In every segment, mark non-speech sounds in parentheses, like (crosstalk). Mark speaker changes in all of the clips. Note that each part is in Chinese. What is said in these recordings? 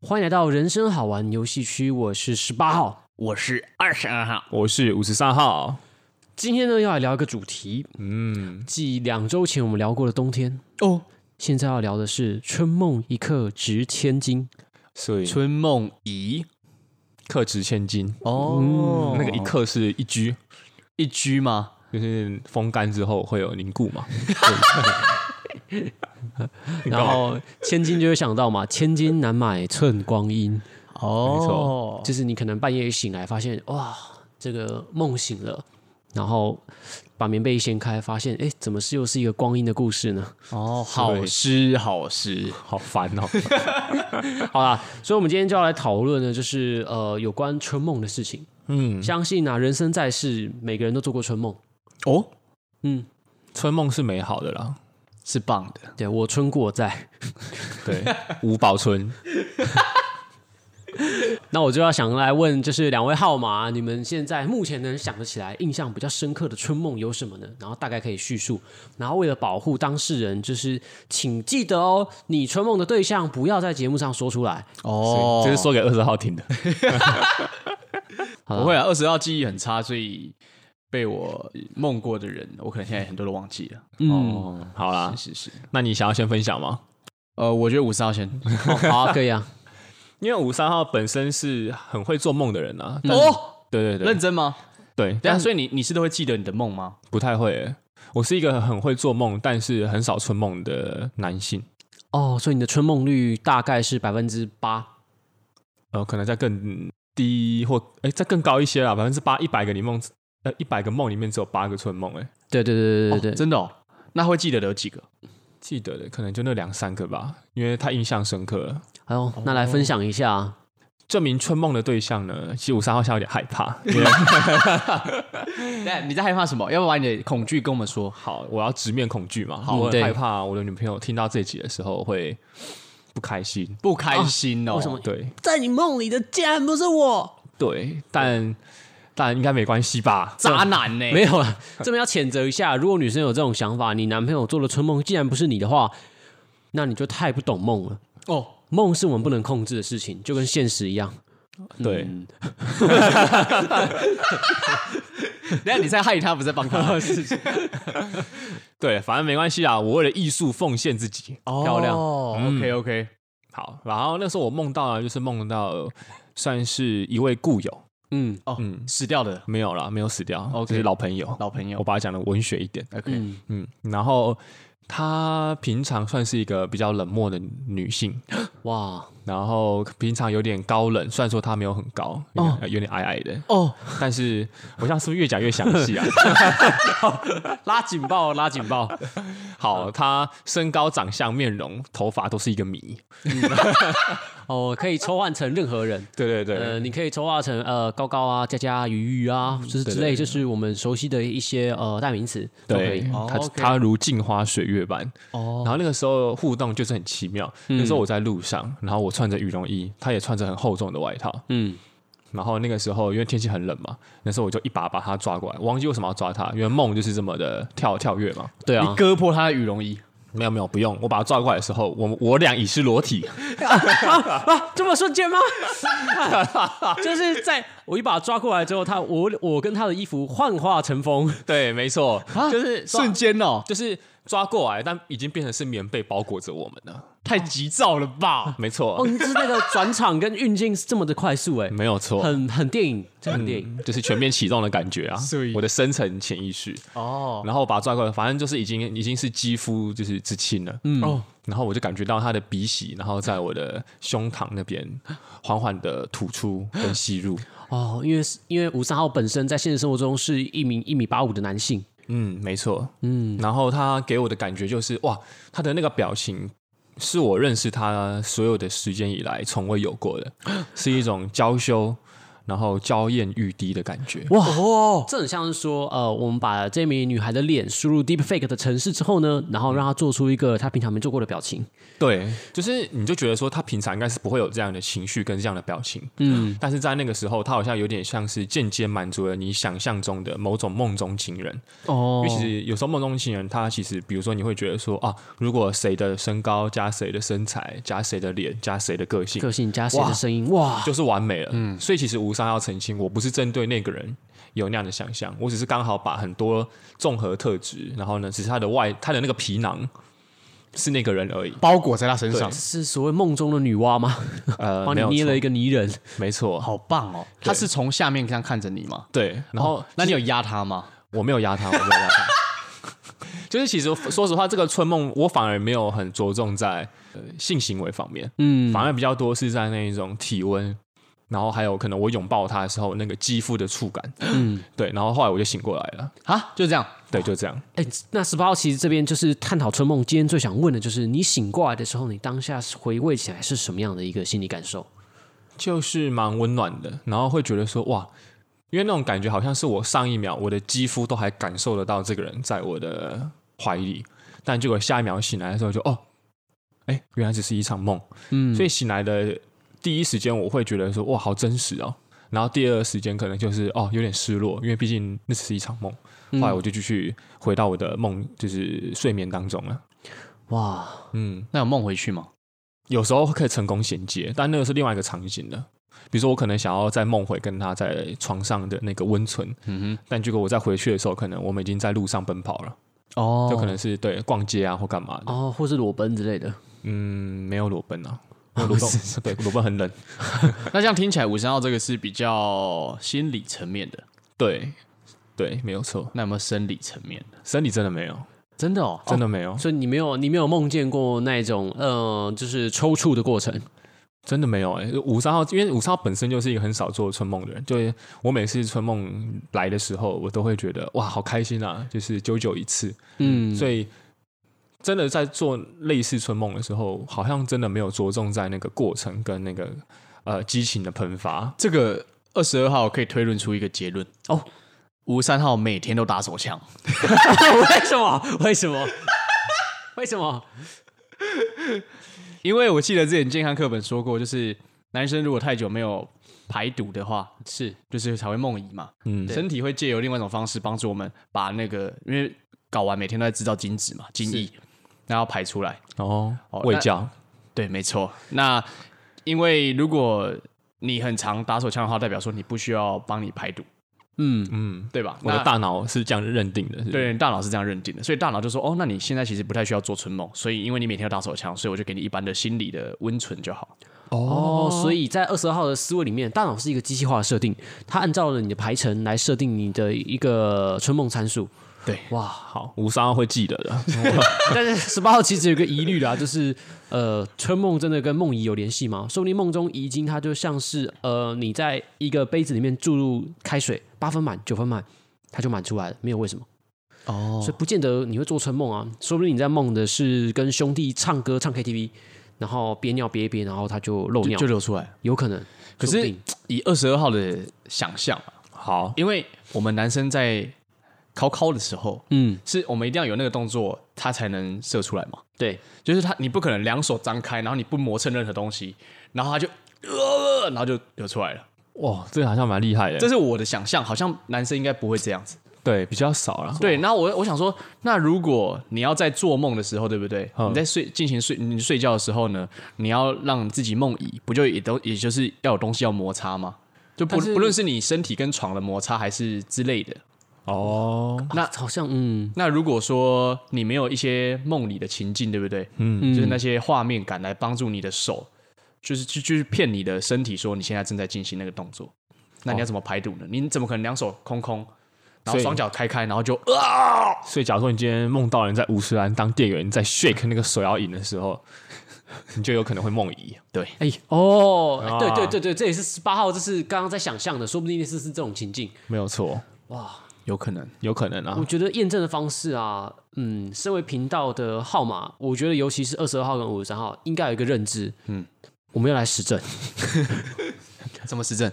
Speaker 1: 欢迎来到人生好玩游戏区，我是十八号。
Speaker 2: 我是二十二号，
Speaker 3: 我是五十三号。
Speaker 1: 今天呢，要来聊一个主题，
Speaker 3: 嗯，
Speaker 1: 继两周前我们聊过的冬天
Speaker 2: 哦，
Speaker 1: 现在要聊的是春梦一刻值千金。
Speaker 3: 所以
Speaker 2: 春梦怡
Speaker 3: 克值千金，
Speaker 2: 哦
Speaker 3: 那个一克是一居，
Speaker 2: 一居吗？
Speaker 3: 就是风干之后会有凝固嘛。
Speaker 1: 然后千金就会想到嘛， (laughs) 千金难买寸光阴，
Speaker 3: 哦，
Speaker 1: 就是你可能半夜一醒来，发现哇，这个梦醒了，然后把棉被一掀开，发现哎，怎么是又是一个光阴的故事呢？ (laughs)
Speaker 2: 哦，好
Speaker 3: 对
Speaker 2: 诗好诗，
Speaker 3: 好烦
Speaker 2: (laughs)
Speaker 3: 哦。
Speaker 1: 好啦，所以我们今天就要来讨论呢，就是呃有关春梦的事情。
Speaker 3: 嗯，
Speaker 1: 相信啊，人生在世，每个人都做过春梦。
Speaker 3: 哦，
Speaker 1: 嗯，
Speaker 3: 春梦是美好的啦。
Speaker 2: 是棒的。
Speaker 1: 对我春过在，
Speaker 3: 对，
Speaker 2: (laughs)
Speaker 3: 五宝春，
Speaker 1: 那我就要想来问，就是两位号码，你们现在目前能想得起来、印象比较深刻的春梦有什么呢？然后大概可以叙述。然后为了保护当事人，就是请记得哦，你春梦的对象不要在节目上说出来。
Speaker 2: 哦
Speaker 3: 这是说给二十号听的。
Speaker 1: 好啦
Speaker 2: 不会啊，二十号记忆很差，所以被我梦过的人，我可能现在很多都忘记了。
Speaker 1: 嗯，
Speaker 3: 哦，好啦，
Speaker 2: 是是是，
Speaker 3: 那你想要先分享吗？
Speaker 2: 呃，我觉得五十号先。
Speaker 1: 哦好啊，可以啊。
Speaker 3: 因为五三号本身是很会做梦的人啊。但
Speaker 2: 哦，
Speaker 3: 对对对
Speaker 2: 认，真吗？
Speaker 3: 对，
Speaker 2: 对啊，
Speaker 3: 但
Speaker 2: 所以你你是都会记得你的梦吗？
Speaker 3: 不太会欸。我是一个很会做梦，但是很少春梦的男性。
Speaker 1: 哦，所以你的春梦率大概是百分之八。
Speaker 3: 呃，可能再更低或哎、再更高一些啦，百分之八，一百个你梦，呃，一百个梦里面只有八个春梦，哎，
Speaker 1: 对对对对对
Speaker 2: 哦
Speaker 1: 对，
Speaker 2: 真的哦。那会记得的有几个？
Speaker 3: 记得的可能就那两三个吧，因为太印象深刻了。
Speaker 1: 哎呦，那来分享一下啊。
Speaker 3: 证明春梦的对象呢，其实五三号现在有点害怕。因
Speaker 1: (laughs)
Speaker 3: 为
Speaker 2: 但你在害怕什么？要不要把你的恐惧跟我们说？
Speaker 3: 好，我要直面恐惧嘛，
Speaker 1: 嗯
Speaker 3: 我
Speaker 1: 对
Speaker 3: 很害怕我的女朋友听到这集的时候会不开心。
Speaker 2: 不开心哦？
Speaker 1: 为什么？
Speaker 3: 对
Speaker 1: 在你梦里的竟然不是我？
Speaker 3: 对，但但应该没关系吧？
Speaker 2: 渣
Speaker 1: (laughs)
Speaker 2: 男欸呢？
Speaker 1: 没有了，这边要谴责一下。如果女生有这种想法，你男朋友做的春梦既然不是你的话，那你就太不懂梦了。
Speaker 2: 哦，
Speaker 1: 梦是我们不能控制的事情，就跟现实一样。
Speaker 3: 对，
Speaker 2: 那啊你在害他，不是在帮他？哦是是
Speaker 3: 对，反正没关系啊，我为了艺术奉献自己。
Speaker 2: (laughs)
Speaker 3: 哦
Speaker 2: 漂亮。OK 嗯 OK，
Speaker 3: 好，然后那时候我梦到了，啊就是梦到算是一位故友，
Speaker 1: 嗯
Speaker 2: 哦，
Speaker 3: 嗯
Speaker 2: 死掉的
Speaker 3: 没有啦，没有死掉
Speaker 2: OK
Speaker 3: 就是老朋友。
Speaker 2: 老朋友
Speaker 3: 我。把它讲的文学一点，
Speaker 2: OK，
Speaker 1: 嗯，
Speaker 3: 嗯，然后她平常算是一个比较冷漠的女性，
Speaker 1: 哇，
Speaker 3: 然后平常有点高冷，虽然说她没有很高，有点,、
Speaker 2: 哦
Speaker 3: 有点矮矮的，
Speaker 2: 哦，
Speaker 3: 但是我像是不是越讲越详细啊？ (laughs)
Speaker 1: 拉警报，拉警报！
Speaker 3: 好，她身高、长相、面容、头发都是一个谜。
Speaker 1: 哦，可以抽换成任何 (laughs) 人。
Speaker 3: 对对对，
Speaker 1: 呃，你可以抽换成呃高高啊、佳佳、鱼鱼啊，就是之
Speaker 3: 对
Speaker 1: 类，
Speaker 3: 对
Speaker 1: 就是我们熟悉的一些呃代名词都可
Speaker 3: 对
Speaker 1: 以。
Speaker 2: 哦
Speaker 3: 她
Speaker 2: OK
Speaker 3: 她如镜花水月般。
Speaker 2: 哦，
Speaker 3: 然后那个时候互动就是很奇妙。那时
Speaker 1: 嗯
Speaker 3: 候我在路上，然后我穿着羽绒衣，她也穿着很厚重的外套。
Speaker 1: 嗯，
Speaker 3: 然后那个时候因为天气很冷嘛，那时候我就一把把她抓过来，我忘记为什么要抓她，因为梦就是这么的跳跳跃嘛。
Speaker 1: 对
Speaker 2: 你
Speaker 1: 啊，
Speaker 2: 割破他的羽绒衣，
Speaker 3: 没有没有，不用，我把她抓过来的时候，我我俩已是裸体， (laughs)
Speaker 1: 啊， (laughs) 这么瞬间吗？ (laughs) 就是在我一把抓过来之后，他我我跟他的衣服幻化成风。
Speaker 3: 对，没错，
Speaker 2: 啊就是瞬间哦，
Speaker 3: 就是抓过来，但已经变成是棉被包裹着我们了，
Speaker 2: 太急躁了吧？
Speaker 1: (laughs)
Speaker 3: 没
Speaker 1: 哦，
Speaker 3: 错，
Speaker 1: 你就是那个转场跟运镜是这么的快速哎、
Speaker 3: 没有错，
Speaker 1: 很很电影，这很电影。
Speaker 3: 就是全面启动的感觉啊
Speaker 2: 所以，
Speaker 3: 我的深层潜意识，
Speaker 2: 哦，
Speaker 3: 然后我把她抓过来，反正就是已经已经是肌肤就是之亲了，嗯
Speaker 2: 哦，
Speaker 3: 然后我就感觉到他的鼻息，然后在我的胸膛那边缓缓的吐出跟吸入，
Speaker 1: 哦，因为是因为吴三号本身在现实生活中是一名一米八五的男性，
Speaker 3: 嗯，没错，嗯，然后他给我的感觉就是哇，他的那个表情是我认识他所有的时间以来从未有过的，是一种娇羞，然后娇艳欲滴的感觉。
Speaker 1: 哇，
Speaker 2: 哦，
Speaker 1: 这很像是说，呃，我们把这名女孩的脸输入 Deepfake 的程式之后呢，然后让她做出一个她平常没做过的表情。
Speaker 3: 对，就是你就觉得说他平常应该是不会有这样的情绪跟这样的表情，
Speaker 1: 嗯，
Speaker 3: 但是在那个时候，他好像有点像是间接满足了你想象中的某种梦中情人。
Speaker 1: 哦
Speaker 3: 因为其实有时候梦中情人，他其实比如说你会觉得说啊，如果谁的身高加谁的身材加谁的脸加谁的个性，
Speaker 1: 个性加谁的声音，哇，
Speaker 3: 就是完美了。嗯，所以其实无伤要澄清，我不是针对那个人有那样的想象，我只是刚好把很多综合特质，然后呢，只是他的外他的那个皮囊是那个人而已。
Speaker 2: 包裹在他身上，
Speaker 1: 是所谓梦中的女娲吗？
Speaker 3: 呃，
Speaker 1: 帮
Speaker 3: 没
Speaker 1: 你
Speaker 3: 有
Speaker 1: 捏了一
Speaker 3: 错，
Speaker 1: 个泥人，
Speaker 3: 没错，
Speaker 2: 好棒哦！他是从下面这样看着你吗？
Speaker 3: 对。然后，
Speaker 2: 那你有压他吗？
Speaker 3: 哦我没有压他，我没有压他。 (laughs) 就是其实说实话，这个春梦我反而没有很着重在、呃、性行为方面，
Speaker 1: 嗯，
Speaker 3: 反而比较多是在那一种体温，然后还有可能我拥抱他的时候那个肌肤的触感，嗯，对。然后后来我就醒过来了，
Speaker 2: 啊，就这样，
Speaker 3: 对，就这样。
Speaker 1: 哎、那十八号其实这边就是探讨春梦。今天最想问的就是，你醒过来的时候，你当下回味起来是什么样的一个心理感受？
Speaker 3: 就是蛮温暖的，然后会觉得说哇，因为那种感觉好像是我上一秒我的肌肤都还感受得到这个人在我的怀里，但结果下一秒醒来的时候就哦，哎，原来只是一场梦，嗯，所以醒来的第一时间我会觉得说哇，好真实哦。然后第二时间可能就是哦，有点失落，因为毕竟那只是一场梦。后来我就继续回到我的梦，就是睡眠当中了。
Speaker 1: 哇，
Speaker 3: 嗯，
Speaker 2: 那有梦回去吗？
Speaker 3: 有时候可以成功衔接，但那个是另外一个场景的。比如说，我可能想要在梦回跟他在床上的那个温存，
Speaker 2: 嗯
Speaker 3: 但结果我在回去的时候，可能我们已经在路上奔跑了，
Speaker 2: 哼，哦
Speaker 3: 就可能是对逛街啊或干嘛的。
Speaker 1: 哦，或是裸奔之类的，
Speaker 3: 嗯，没有裸奔啊，没
Speaker 2: 哦
Speaker 3: 有裸奔，对，裸奔很冷。
Speaker 2: 那这样听起来，五三号这个是比较心理层面的，
Speaker 3: 对，对，没有错，
Speaker 2: 那有没有生理层面的？
Speaker 3: 生理真的没有，
Speaker 2: 真的哦，
Speaker 3: 真的没有，
Speaker 1: 所以你没有你没有梦见过那种呃，就是抽搐的过程。
Speaker 3: 真的没有哎、五三号，因为五三号本身就是一个很少做春梦的人，就是我每次春梦来的时候，我都会觉得哇，好开心啊，就是久久一次。
Speaker 1: 嗯，
Speaker 3: 所以真的在做类似春梦的时候，好像真的没有着重在那个过程跟那个呃激情的喷发。
Speaker 2: 这个二十二号可以推论出一个结论
Speaker 1: 哦。
Speaker 2: 吴三号每天都打手枪，
Speaker 1: (laughs) 为什么？为什么？为什么？
Speaker 2: 因为我记得之前健康课本说过，就是男生如果太久没有排毒的话，
Speaker 1: 是
Speaker 2: 就是才会梦遗嘛。
Speaker 3: 嗯，
Speaker 2: 身体会借由另外一种方式帮助我们把那个，因为睾丸每天都在制造精子嘛，精液，然后排出来。
Speaker 3: 哦
Speaker 2: 哦，
Speaker 3: 味觉
Speaker 2: 对，没错。那因为如果你很常打手枪的话，代表说你不需要帮你排毒，
Speaker 1: 嗯，
Speaker 3: 嗯，
Speaker 2: 对吧？
Speaker 3: 我
Speaker 2: 那
Speaker 3: 的大脑是这样认定的，是不是，
Speaker 2: 对大脑是这样认定的，所以大脑就说：“哦，那你现在其实不太需要做春梦，所以因为你每天要打手枪，所以我就给你一般的心理的温存就好。
Speaker 1: 哦，所以在二十号的思维里面，大脑是一个机器化的设定，它按照了你的排程来设定你的一个春梦参数。
Speaker 2: 对，
Speaker 1: 哇，
Speaker 3: 好，五三号会记得的。
Speaker 1: (laughs) 但是十八号其实有一个疑虑啦，就是呃，春梦真的跟梦遗有联系吗？说不定梦中遗精它就像是呃，你在一个杯子里面注入开水，八分满、九分满，它就满出来了，没有为什么。哦，所以不见得你会做春梦啊，说不定你在梦的是跟兄弟唱歌唱 KTV，然后憋尿憋一憋，然后它就漏尿，
Speaker 2: 就流出来。
Speaker 1: 有可能。说不
Speaker 2: 可是
Speaker 1: 定
Speaker 2: 以二十二号的想象啊，
Speaker 3: (laughs) 好，
Speaker 2: 因为我们男生在敲敲的时候，
Speaker 1: 嗯，
Speaker 2: 是我们一定要有那个动作，它才能射出来嘛。
Speaker 1: 对，
Speaker 2: 就是他，你不可能两手张开，然后你不磨蹭任何东西，然后他就，呃、然后就流出来了。
Speaker 3: 哇，这个好像蛮厉害的，
Speaker 2: 这是我的想象，好像男生应该不会这样子。
Speaker 3: 对比较少了。
Speaker 2: 对，然后我我想说，那如果你要在做梦的时候，对不对？
Speaker 3: 嗯
Speaker 2: 你在睡进行睡你睡觉的时候呢，你要让自己梦遗，不就也都也就是要有东西要摩擦吗？就不
Speaker 3: 但是
Speaker 2: 不论是你身体跟床的摩擦，还是之类的。
Speaker 3: 哦，
Speaker 1: 那啊好像嗯，
Speaker 2: 那如果说你没有一些梦里的情境，对不对？嗯，就是那些画面感来帮助你的手，就是就就是骗你的身体说你现在正在进行那个动作，那你要怎么排毒呢？你怎么可能两手空空，然
Speaker 3: 所
Speaker 2: 后
Speaker 3: 以
Speaker 2: 双脚开开，然后就啊？
Speaker 3: 所以假如说你今天梦到人在五十岚当店员，在 shake 那个手摇饮的时候，你就有可能会梦遗。
Speaker 2: 对，
Speaker 1: 哎、哦，哎
Speaker 3: 啊
Speaker 1: 对对对对，这也是十八号，这是刚刚在想象的，说不定是是这种情境。
Speaker 3: (laughs) 没有错，
Speaker 2: 有可能。
Speaker 3: 有可能啊
Speaker 1: 我。觉得验证的方式啊，嗯，身为频道的号码，我觉得尤其是二十二号跟五十三号，应该有一个认知，嗯，我们要来实证。
Speaker 2: 怎么实证？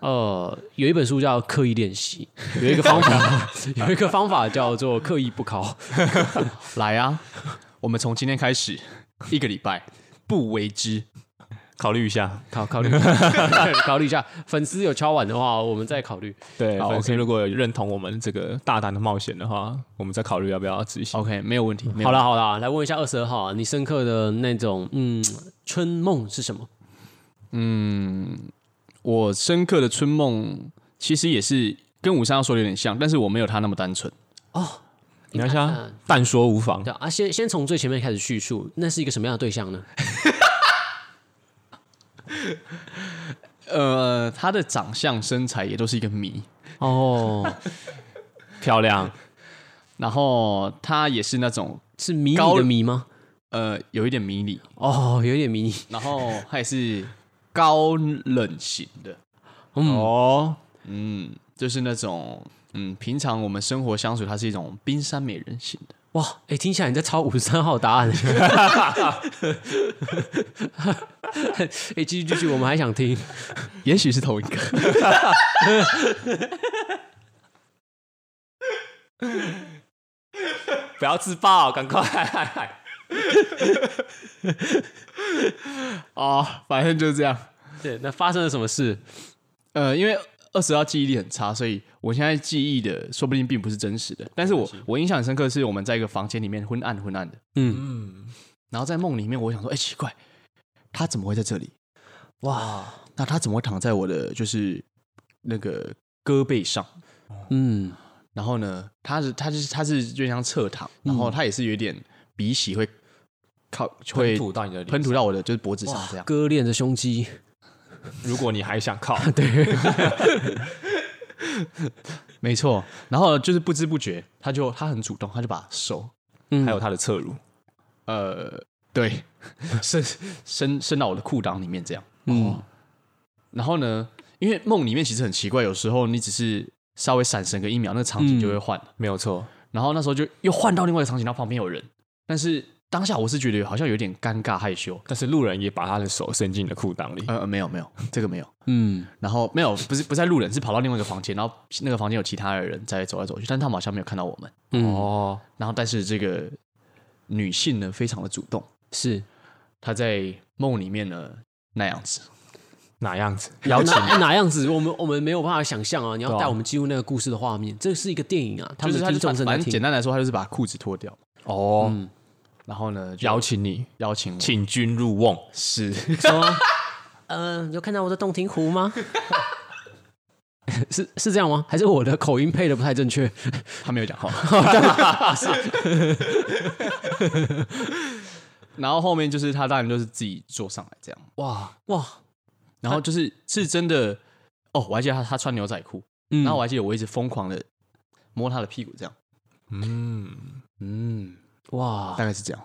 Speaker 1: 呃，有一本书叫《刻意练习》，有一个方法， (laughs) 有一个方法叫做刻意不考。
Speaker 2: 来 (laughs) 啊，我们从今天开始一个礼拜不为之。
Speaker 3: 考虑一下。
Speaker 1: 考考虑一 (laughs) 下考虑一下，粉丝有敲碗的话，我们再考虑。
Speaker 3: 对，
Speaker 2: 好
Speaker 3: 粉丝
Speaker 2: OK
Speaker 3: 如果认同我们这个大胆的冒险的话，我们再考虑要不要执行。
Speaker 2: OK，没有问题。没有
Speaker 1: 好啦好啦，来问一下二十二号啊，你深刻的那种嗯春梦是什么？
Speaker 2: 我深刻的春梦其实也是跟五三幺说的有点像，但是我没有他那么单纯。
Speaker 3: 你看像但说无妨，
Speaker 1: 对啊啊，先先从最前面开始叙述，那是一个什么样的对象呢？
Speaker 2: 呃，他的长相、身材也都是一个谜。
Speaker 1: 哦，
Speaker 3: 漂亮，
Speaker 2: 然后他也是那种
Speaker 1: (laughs) 是迷你
Speaker 2: 高
Speaker 1: 的迷吗？
Speaker 2: 呃有一点迷你，
Speaker 1: 哦，有点迷你。
Speaker 2: 然后他也是高冷型的。
Speaker 3: 哦，
Speaker 2: 嗯，就是那种嗯，平常我们生活相处，它是一种冰山美人型的。
Speaker 1: 哇，哎、听起来你在抄五十三号答
Speaker 2: (laughs)
Speaker 1: 案。 (laughs) 哎、继续继续，我们还想听。
Speaker 2: 也许是同一 (laughs) 个。
Speaker 3: 不要自爆，赶快。
Speaker 2: 哦，反正就是这样。
Speaker 1: 对，那发生了什么事？
Speaker 2: 呃，因为二十号记忆力很差，所以我现在记忆的说不定并不是真实的。但是我我印象很深刻是我们在一个房间里面昏暗昏暗的，
Speaker 1: 嗯，
Speaker 2: 然后在梦里面，我想说，哎、奇怪，他怎么会在这里？
Speaker 1: 哇，
Speaker 2: 那他怎么会躺在我的就是那个胳背上？
Speaker 1: 嗯，
Speaker 2: 然后呢，他是他就是他是就像侧躺，然后他也是有一点鼻息会靠
Speaker 3: (laughs) (laughs) 会
Speaker 2: 会
Speaker 3: 吐到你的
Speaker 2: 喷
Speaker 3: 脸。
Speaker 2: 涂到我的就是脖子上这样。
Speaker 1: 割裂着胸肌，
Speaker 3: 如果你还想靠，
Speaker 2: 没错，然后就是不知不觉，他就他很主动，他就把手
Speaker 1: 嗯
Speaker 3: 还有他的侧乳，
Speaker 2: 呃 (laughs) 对伸伸伸到我的裤裆里面这样。
Speaker 1: 嗯，
Speaker 2: 然后呢，因为梦里面其实很奇怪，有时候你只是稍微闪神个一秒，那个场景就会换。
Speaker 3: 没有错。
Speaker 2: 然后那时候就又换到另外一个场景，然后旁边有人，但是当下我是觉得好像有点尴尬害羞。
Speaker 3: 但是路人也把他的手伸进你的裤裆里，
Speaker 2: 呃，呃没有 (laughs) 没有，这个没有。
Speaker 1: 嗯，
Speaker 2: 然后没有，不是不是在路人，是跑到另外一个房间，然后那个房间有其他的人在走来走去，但他们好像没有看到我们。
Speaker 1: 嗯
Speaker 3: 哦，
Speaker 2: 然后但是这个女性呢，非常的主动，
Speaker 1: 是
Speaker 2: 她在梦里面呢那样子，
Speaker 3: 哪样子？
Speaker 1: 要哪哪样子？我们我们没有办法想象啊！你
Speaker 3: 对
Speaker 1: 要
Speaker 3: 啊
Speaker 1: 带我们进入那个故事的画面，这是一个电影啊，他们
Speaker 2: 就是她
Speaker 1: 听
Speaker 2: 就
Speaker 1: 众
Speaker 2: 是
Speaker 1: 正
Speaker 2: 反
Speaker 1: 在
Speaker 2: 正简
Speaker 1: 听。
Speaker 2: 单来说，她就是把裤子脱掉，
Speaker 3: 哦，
Speaker 2: 然后呢就
Speaker 3: 邀请你，
Speaker 2: 邀请我，
Speaker 3: 请君入瓮。
Speaker 2: 是
Speaker 1: 说，呃，有看到我的洞庭湖
Speaker 2: (laughs)
Speaker 1: 吗？是是这样吗？还是我的口音配的不太正确？
Speaker 2: 她没有讲 (laughs) 话，然后后面就是她当然就是自己坐上来这样，
Speaker 1: 哇哇，
Speaker 2: 然后就是是真的哦，我还记得她她穿牛仔裤，
Speaker 1: 嗯
Speaker 2: 然后我还记得我一直疯狂的摸她的屁股这样，
Speaker 3: 嗯，
Speaker 2: 嗯，
Speaker 1: 哇
Speaker 2: 大概是这样。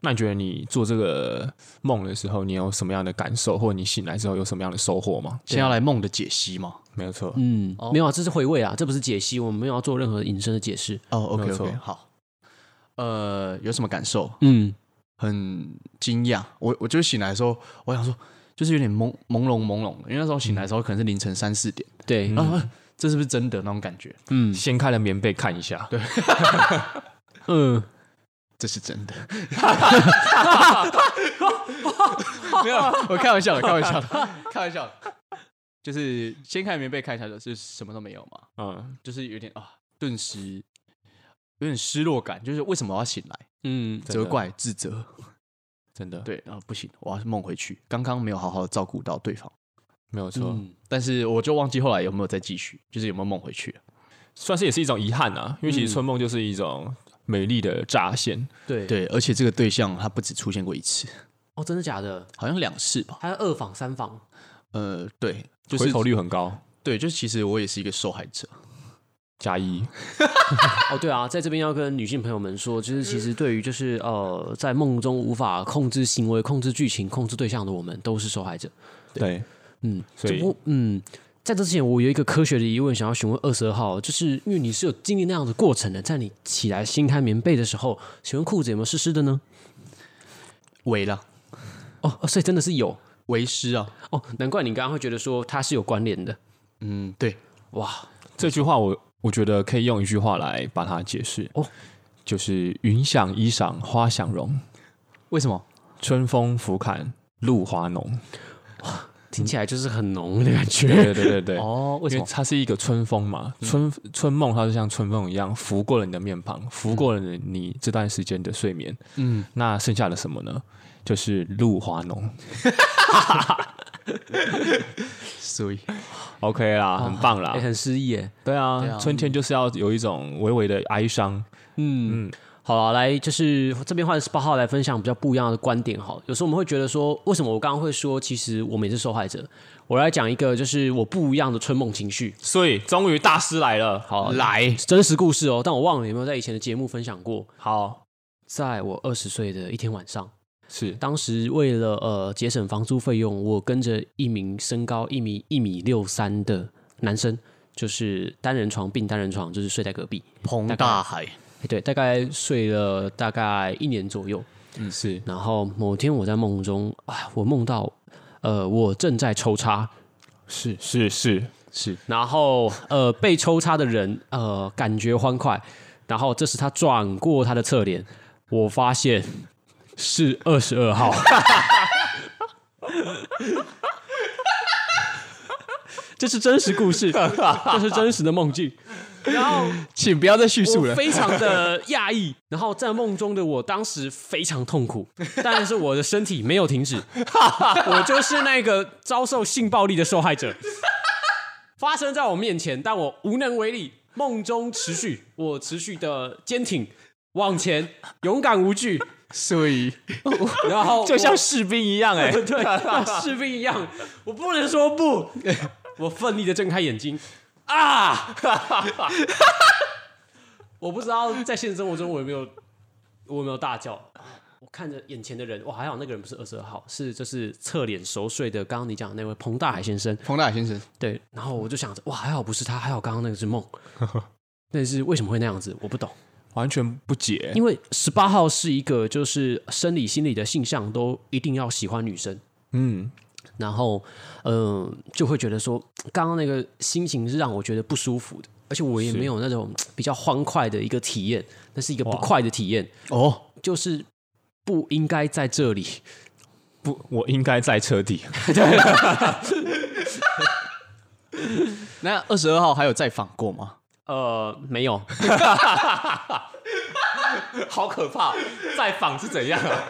Speaker 3: 那你觉得你做这个梦的时候，你有什么样的感受，或者你醒来之后有什么样的收获吗？
Speaker 2: 先要来梦的解析嘛。
Speaker 3: 没有错，
Speaker 1: 嗯
Speaker 2: 哦，
Speaker 1: 没有啊，这是回味啊，这不是解析，我们没有要做任何引申的解释。
Speaker 2: 哦
Speaker 3: 没
Speaker 2: ，OK
Speaker 3: 有错
Speaker 2: OK，好。呃，有什么感受？
Speaker 1: 嗯，
Speaker 2: 很惊讶。我我就醒来的时候，我想说，就是有点朦朦胧朦胧的，因为那时候醒来的时候可能是凌晨三四点，
Speaker 1: 对，
Speaker 2: 然后、啊这是不是真的那种感觉？
Speaker 1: 嗯
Speaker 3: 掀开了棉被看一下，对，
Speaker 1: 嗯，
Speaker 2: 这是真的。 (laughs) 没有，我开玩笑的，开玩笑的， (laughs) 开玩笑的。就是掀开棉被看一下，就是什么都没有嘛，
Speaker 3: 嗯，
Speaker 2: 就是有点啊，顿时有点失落感，就是为什么我要醒来？
Speaker 1: 嗯，
Speaker 3: 真的
Speaker 2: 责怪、自责，
Speaker 3: 真的，，
Speaker 2: 对啊，不行，我要梦回去。刚刚没有好好照顾到对方，
Speaker 3: 没有错，
Speaker 1: 嗯
Speaker 2: 但是我就忘记后来有没有再继续，就是有没有梦回去。
Speaker 3: 算是也是一种遗憾啊，因为其实春梦就是一种美丽的乍现，
Speaker 1: 对，
Speaker 2: 对，而且这个对象他不止出现过一次，
Speaker 1: 哦，真的假的？
Speaker 2: 好像两次吧。
Speaker 1: 还有二访三访，
Speaker 2: 呃，对，就
Speaker 3: 回
Speaker 2: 是
Speaker 3: 头率很高，
Speaker 2: 对，就是其实我也是一个受害者。
Speaker 3: 加一，
Speaker 1: 哦，对啊，在这边要跟女性朋友们说，就是其实对于就是呃，在梦中无法控制行为、控制剧情、控制对象的我们，都是受害者。
Speaker 3: 对，
Speaker 1: 嗯，
Speaker 3: 所以
Speaker 1: 这不，嗯，在这之前，我有一个科学的疑问想要询问二十二号，就是因为你是有经历那样的过程的，在你起来掀开棉被的时候，请问裤子有没有湿湿的呢？
Speaker 2: 为了
Speaker 1: 哦，哦所以真的是有
Speaker 2: 为师啊，
Speaker 1: 哦，难怪你刚刚会觉得说它是有关联的。
Speaker 2: 嗯，对，
Speaker 1: 哇，
Speaker 3: 这句话我我觉得可以用一句话来把它解释
Speaker 1: 哦，
Speaker 3: 就是“云想衣裳花想容，
Speaker 2: 为什么？
Speaker 3: 春风拂槛露华浓
Speaker 1: 听起来就是很浓的感”。觉。
Speaker 3: 对对对对，
Speaker 2: 哦，为
Speaker 3: 因为？它是一个春风嘛，春春梦它就像春风一样拂过了你的面庞，拂过了你这段时间的睡眠。
Speaker 2: 嗯，
Speaker 3: 那剩下的什么呢？就是露华浓。
Speaker 2: 所以
Speaker 3: OK 啦，很棒啦
Speaker 1: 也。很诗意耶。
Speaker 3: 对
Speaker 2: 对
Speaker 3: 啊
Speaker 2: 啊，
Speaker 3: 春天就是要有一种微微的哀伤。
Speaker 1: 嗯，好了，来就是这边换十八号来分享比较不一样的观点。好了，有时候我们会觉得说，为什么我刚刚会说，其实我们也是受害者。我来讲一个就是我不一样的春梦情绪，
Speaker 3: 所以，终于大师来了。好
Speaker 2: 来，
Speaker 1: 真实故事哦，但我忘了有没有在以前的节目分享过。
Speaker 3: 好，
Speaker 1: 在我二十岁的一天晚上，
Speaker 3: 是
Speaker 1: 当时为了呃节省房租费用，我跟着一名身高一米一米六三的男生，就是单人床并单人床，就是睡在隔壁。
Speaker 2: 彭大海，
Speaker 1: 诶对，大概睡了大概一年左右。
Speaker 3: 是
Speaker 1: 然后某天我在梦中啊，我梦到呃我正在抽插，
Speaker 3: 是哦是是是，
Speaker 1: 然后呃被抽插的人呃感觉欢快，然后这时他转过他的侧脸，我发现是二十二号。 (laughs) 这是真实故事，这是真实的梦境。然后
Speaker 2: 请不要再叙
Speaker 1: 我。非常的讶异。然后在梦中的我，当时非常痛苦，但是我的身体没有停止，我就是那个遭受性暴力的受害者，发生在我面前，但我无能为力。梦中持续，我持续的坚挺往前，勇敢无惧，
Speaker 2: 所以
Speaker 1: 然后
Speaker 3: 就像
Speaker 1: 我
Speaker 3: 士兵一样哎、
Speaker 1: 对，像士兵一样，我不能说不，我奋力的睁开眼睛啊！ (laughs) 我不知道在现实生活中我有没有我有没有大叫。我看着眼前的人，哇，还好那个人不是二十二号，是就是侧脸熟睡的，刚刚你讲的那位彭大海先生。
Speaker 2: 彭大海先生，
Speaker 1: 对，然后我就想着，哇，还好不是他，还好刚刚那个是梦。 (laughs) 但是为什么会那样子？我不懂。
Speaker 3: (laughs) 完全不解。
Speaker 1: 因为十八号是一个就是生理、心理的性向都一定要喜欢女生，
Speaker 3: 嗯，
Speaker 1: 然后，嗯、就会觉得说，刚刚那个心情是让我觉得不舒服的，而且我也没有那种比较欢快的一个体验，那是一个不快的体验，
Speaker 2: 哦，
Speaker 1: 就是不应该在这里。
Speaker 3: 不，我应该在车底。
Speaker 2: 那二十二号还有再访过吗？
Speaker 1: 呃，没 (laughs) 有，
Speaker 3: 好可怕！再访是怎样啊？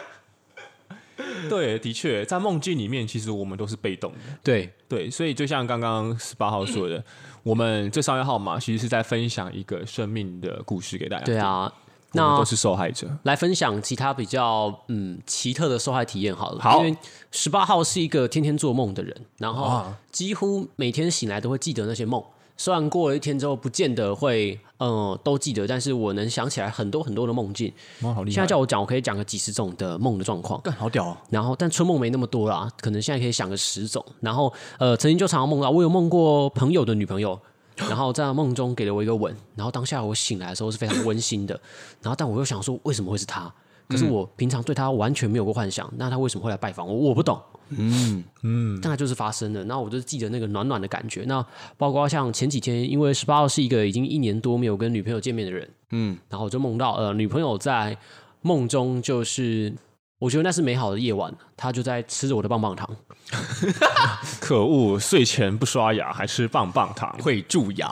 Speaker 3: (laughs) 对，的确，在梦境里面，其实我们都是被动的。
Speaker 1: 对，
Speaker 3: 对，所以就像刚刚十八号 (clears throat) 说的，我们这商业号码其实是在分享一个生命的故事给大家。
Speaker 1: 对，啊。
Speaker 3: 我们
Speaker 1: 那
Speaker 3: 都是受害者。
Speaker 1: 来分享其他比较嗯奇特的受害体验好了。
Speaker 3: 好
Speaker 1: 因为十八号是一个天天做梦的人，然后
Speaker 3: 啊
Speaker 1: 几乎每天醒来都会记得那些梦。虽然过了一天之后，不见得会呃都记得，但是我能想起来很多很多的梦境。
Speaker 3: 哇，好厉
Speaker 1: 现在叫我讲，我可以讲个几十种的梦的状况。
Speaker 2: 干，好屌哦！
Speaker 1: 然后，但春梦没那么多啦，可能现在可以想个十种。然后，呃，曾经就常常梦到，我有梦过朋友的女朋友，然后在梦中给了我一个吻，然后当下我醒来的时候是非常温馨的。然后，但我又想说，为什么会是她？可是我平常对她完全没有过幻想，那她为什么会来拜访我？我不懂。嗯嗯，但它就是发生了。那我就记得那个暖暖的感觉。那包括像前几天，因为十八号是一个已经一年多没有跟女朋友见面的人，嗯，然后我就梦到呃，女朋友在梦中就是我觉得那是美好的夜晚，他就在吃着我的棒棒糖。 (laughs)
Speaker 3: 可恶，睡前不刷牙还吃棒棒糖。
Speaker 2: 会蛀牙，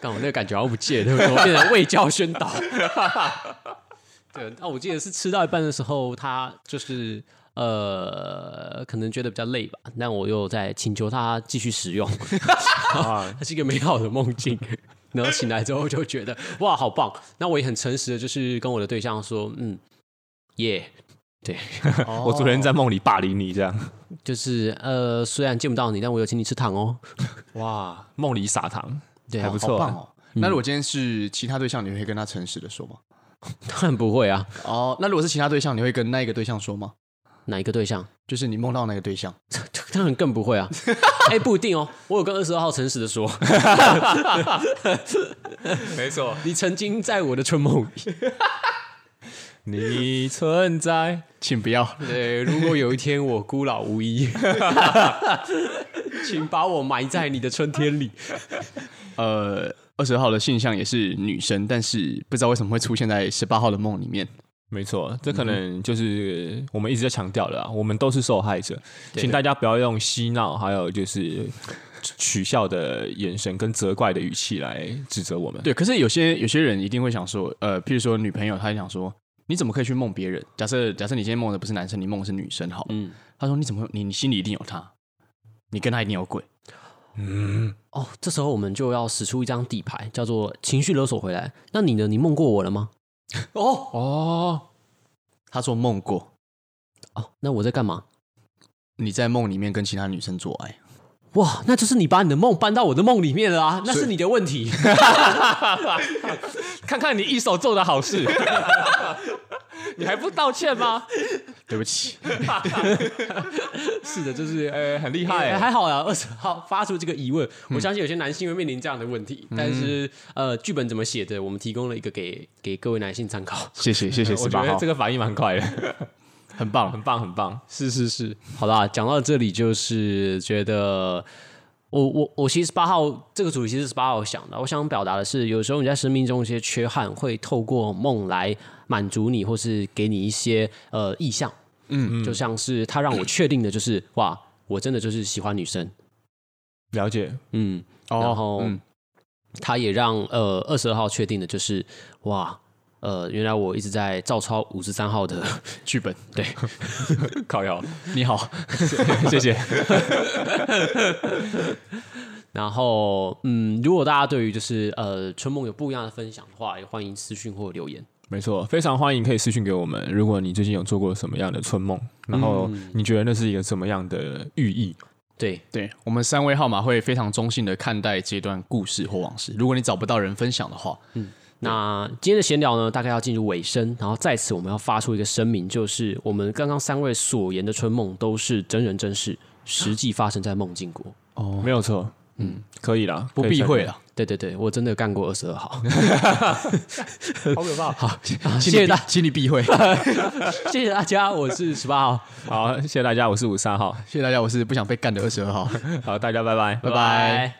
Speaker 1: 刚我那个感觉好像不见了，我变成卫教宣导。 (laughs) 对，那我记得是吃到一半的时候，他就是呃，可能觉得比较累吧，但我又在请求他继续使用。 (laughs)
Speaker 3: 啊
Speaker 1: 它是一个美好的梦境。然后醒来之后就觉得哇，好棒！那我也很诚实的，就是跟我的对象说，嗯，耶、
Speaker 3: (laughs) 我昨天在梦里霸凌你，这样
Speaker 1: 就是呃，虽然见不到你，但我有请你吃糖哦。 (laughs)
Speaker 3: 哇，梦里撒糖，
Speaker 1: 对啊，
Speaker 3: 还不
Speaker 2: 好
Speaker 3: 错
Speaker 2: 棒哦！那如果今天是其他对象，你会跟他诚实的说吗？
Speaker 1: 当然不会啊，
Speaker 2: 哦，那如果是其他对象，你会跟那一个对象说吗？
Speaker 1: 哪一个对象？
Speaker 2: 就是你梦到那个对象，
Speaker 1: 当然更不 (laughs) 会啊。哎、不一定哦。我有跟二十二号诚实的说， (laughs)
Speaker 3: 没错。
Speaker 1: 你曾经在我的春梦里。
Speaker 3: 你存在，
Speaker 2: 请不要。
Speaker 1: 对，如果有一天我孤老无依， (laughs) 请把我埋在你的春天里。
Speaker 2: 呃，二十号的现象也是女生，但是不知道为什么会出现在十八号的梦里面。
Speaker 3: 没错，这可能就是我们一直在强调的啊，我们都是受害者，请大家不要用嬉闹，还有就是取笑的眼神跟责怪的语气来指责我们。
Speaker 2: 对，可是有些有些人一定会想说，呃，譬如说女朋友，她想说，你怎么可以去梦别人？假设假设你今天梦的不是男生，你梦的是女生，好了，
Speaker 1: 嗯，
Speaker 2: 她说你怎么你你心里一定有他，你跟他一定有鬼。
Speaker 1: 哦，这时候我们就要使出一张底牌，叫做情绪勒索回来。那你呢？你梦过我了吗？
Speaker 3: 哦哦，
Speaker 2: 她说梦过
Speaker 1: 哦，那我在干嘛？
Speaker 2: 你在梦里面跟其他女生做爱，
Speaker 1: 哇，那就是你把你的梦搬到我的梦里面了啊！那是你的问题。
Speaker 3: (laughs) 看看你一手做的
Speaker 1: (laughs)
Speaker 3: 好事，你还不道歉吗？
Speaker 2: 对
Speaker 3: (laughs)
Speaker 2: 不起，
Speaker 1: 是的，就是
Speaker 3: 呃，很厉
Speaker 1: 哎，
Speaker 3: 害，
Speaker 1: 还好啦，二十号发出这个疑问，
Speaker 3: 嗯
Speaker 1: 我相信有些男性会面临这样的问题。但是呃，剧本怎么写的，我们提供了一个给给各位男性参考。
Speaker 2: 谢谢谢谢
Speaker 3: 我
Speaker 2: 十
Speaker 3: 觉
Speaker 2: 八
Speaker 3: 得
Speaker 2: 号，
Speaker 3: 这个反应蛮快的，
Speaker 2: 很棒，
Speaker 3: 很棒，很棒。
Speaker 1: 是是是，好啦，讲到这里就是觉得。我我我其实八号这个主题其实是八号想的，我想表达的是，有时候你在生命中一些缺憾，会透过梦来满足你，或是给你一些呃意向。嗯嗯，就像是他让我确定的，就是哇，我真的就是喜欢女生。
Speaker 3: 了解，
Speaker 1: 嗯，然后
Speaker 2: 嗯
Speaker 1: 他也让呃二十二号确定的就是哇，呃，原来我一直在照抄五十三号的
Speaker 2: 剧本，
Speaker 1: 对，
Speaker 3: 靠腰，
Speaker 2: 你好，
Speaker 3: 谢谢。
Speaker 1: 然后嗯，如果大家对于就是呃春梦有不一样的分享的话，也欢迎私讯或留言。
Speaker 3: 没错，非常欢迎可以私信给我们。如果你最近有做过什么样的春梦，然后你觉得那是一个什么样的寓意？
Speaker 1: 对，
Speaker 2: 对我们三位号码会非常中性的看待这段故事或往事。如果你找不到人分享的话，
Speaker 1: 那今天的闲聊呢，大概要进入尾声，然后在此我们要发出一个声明，就是我们刚刚三位所言的春梦都是真人真事，实际发生在梦境国。
Speaker 3: 没有错，嗯，哦可以啦，
Speaker 2: 不避讳
Speaker 3: 了。
Speaker 2: 了。
Speaker 1: 对对对，我真的干过二十二号。
Speaker 3: (laughs) 好可怕。
Speaker 1: 好，谢
Speaker 2: 请你
Speaker 1: 谢大
Speaker 2: 避，请你避讳。
Speaker 1: 谢谢大家，我是十八号。
Speaker 3: 好，谢谢大家，我是五三号，
Speaker 2: 谢谢大家，我是不想被干的二十二号，
Speaker 3: 好，大家拜拜，
Speaker 2: 拜拜。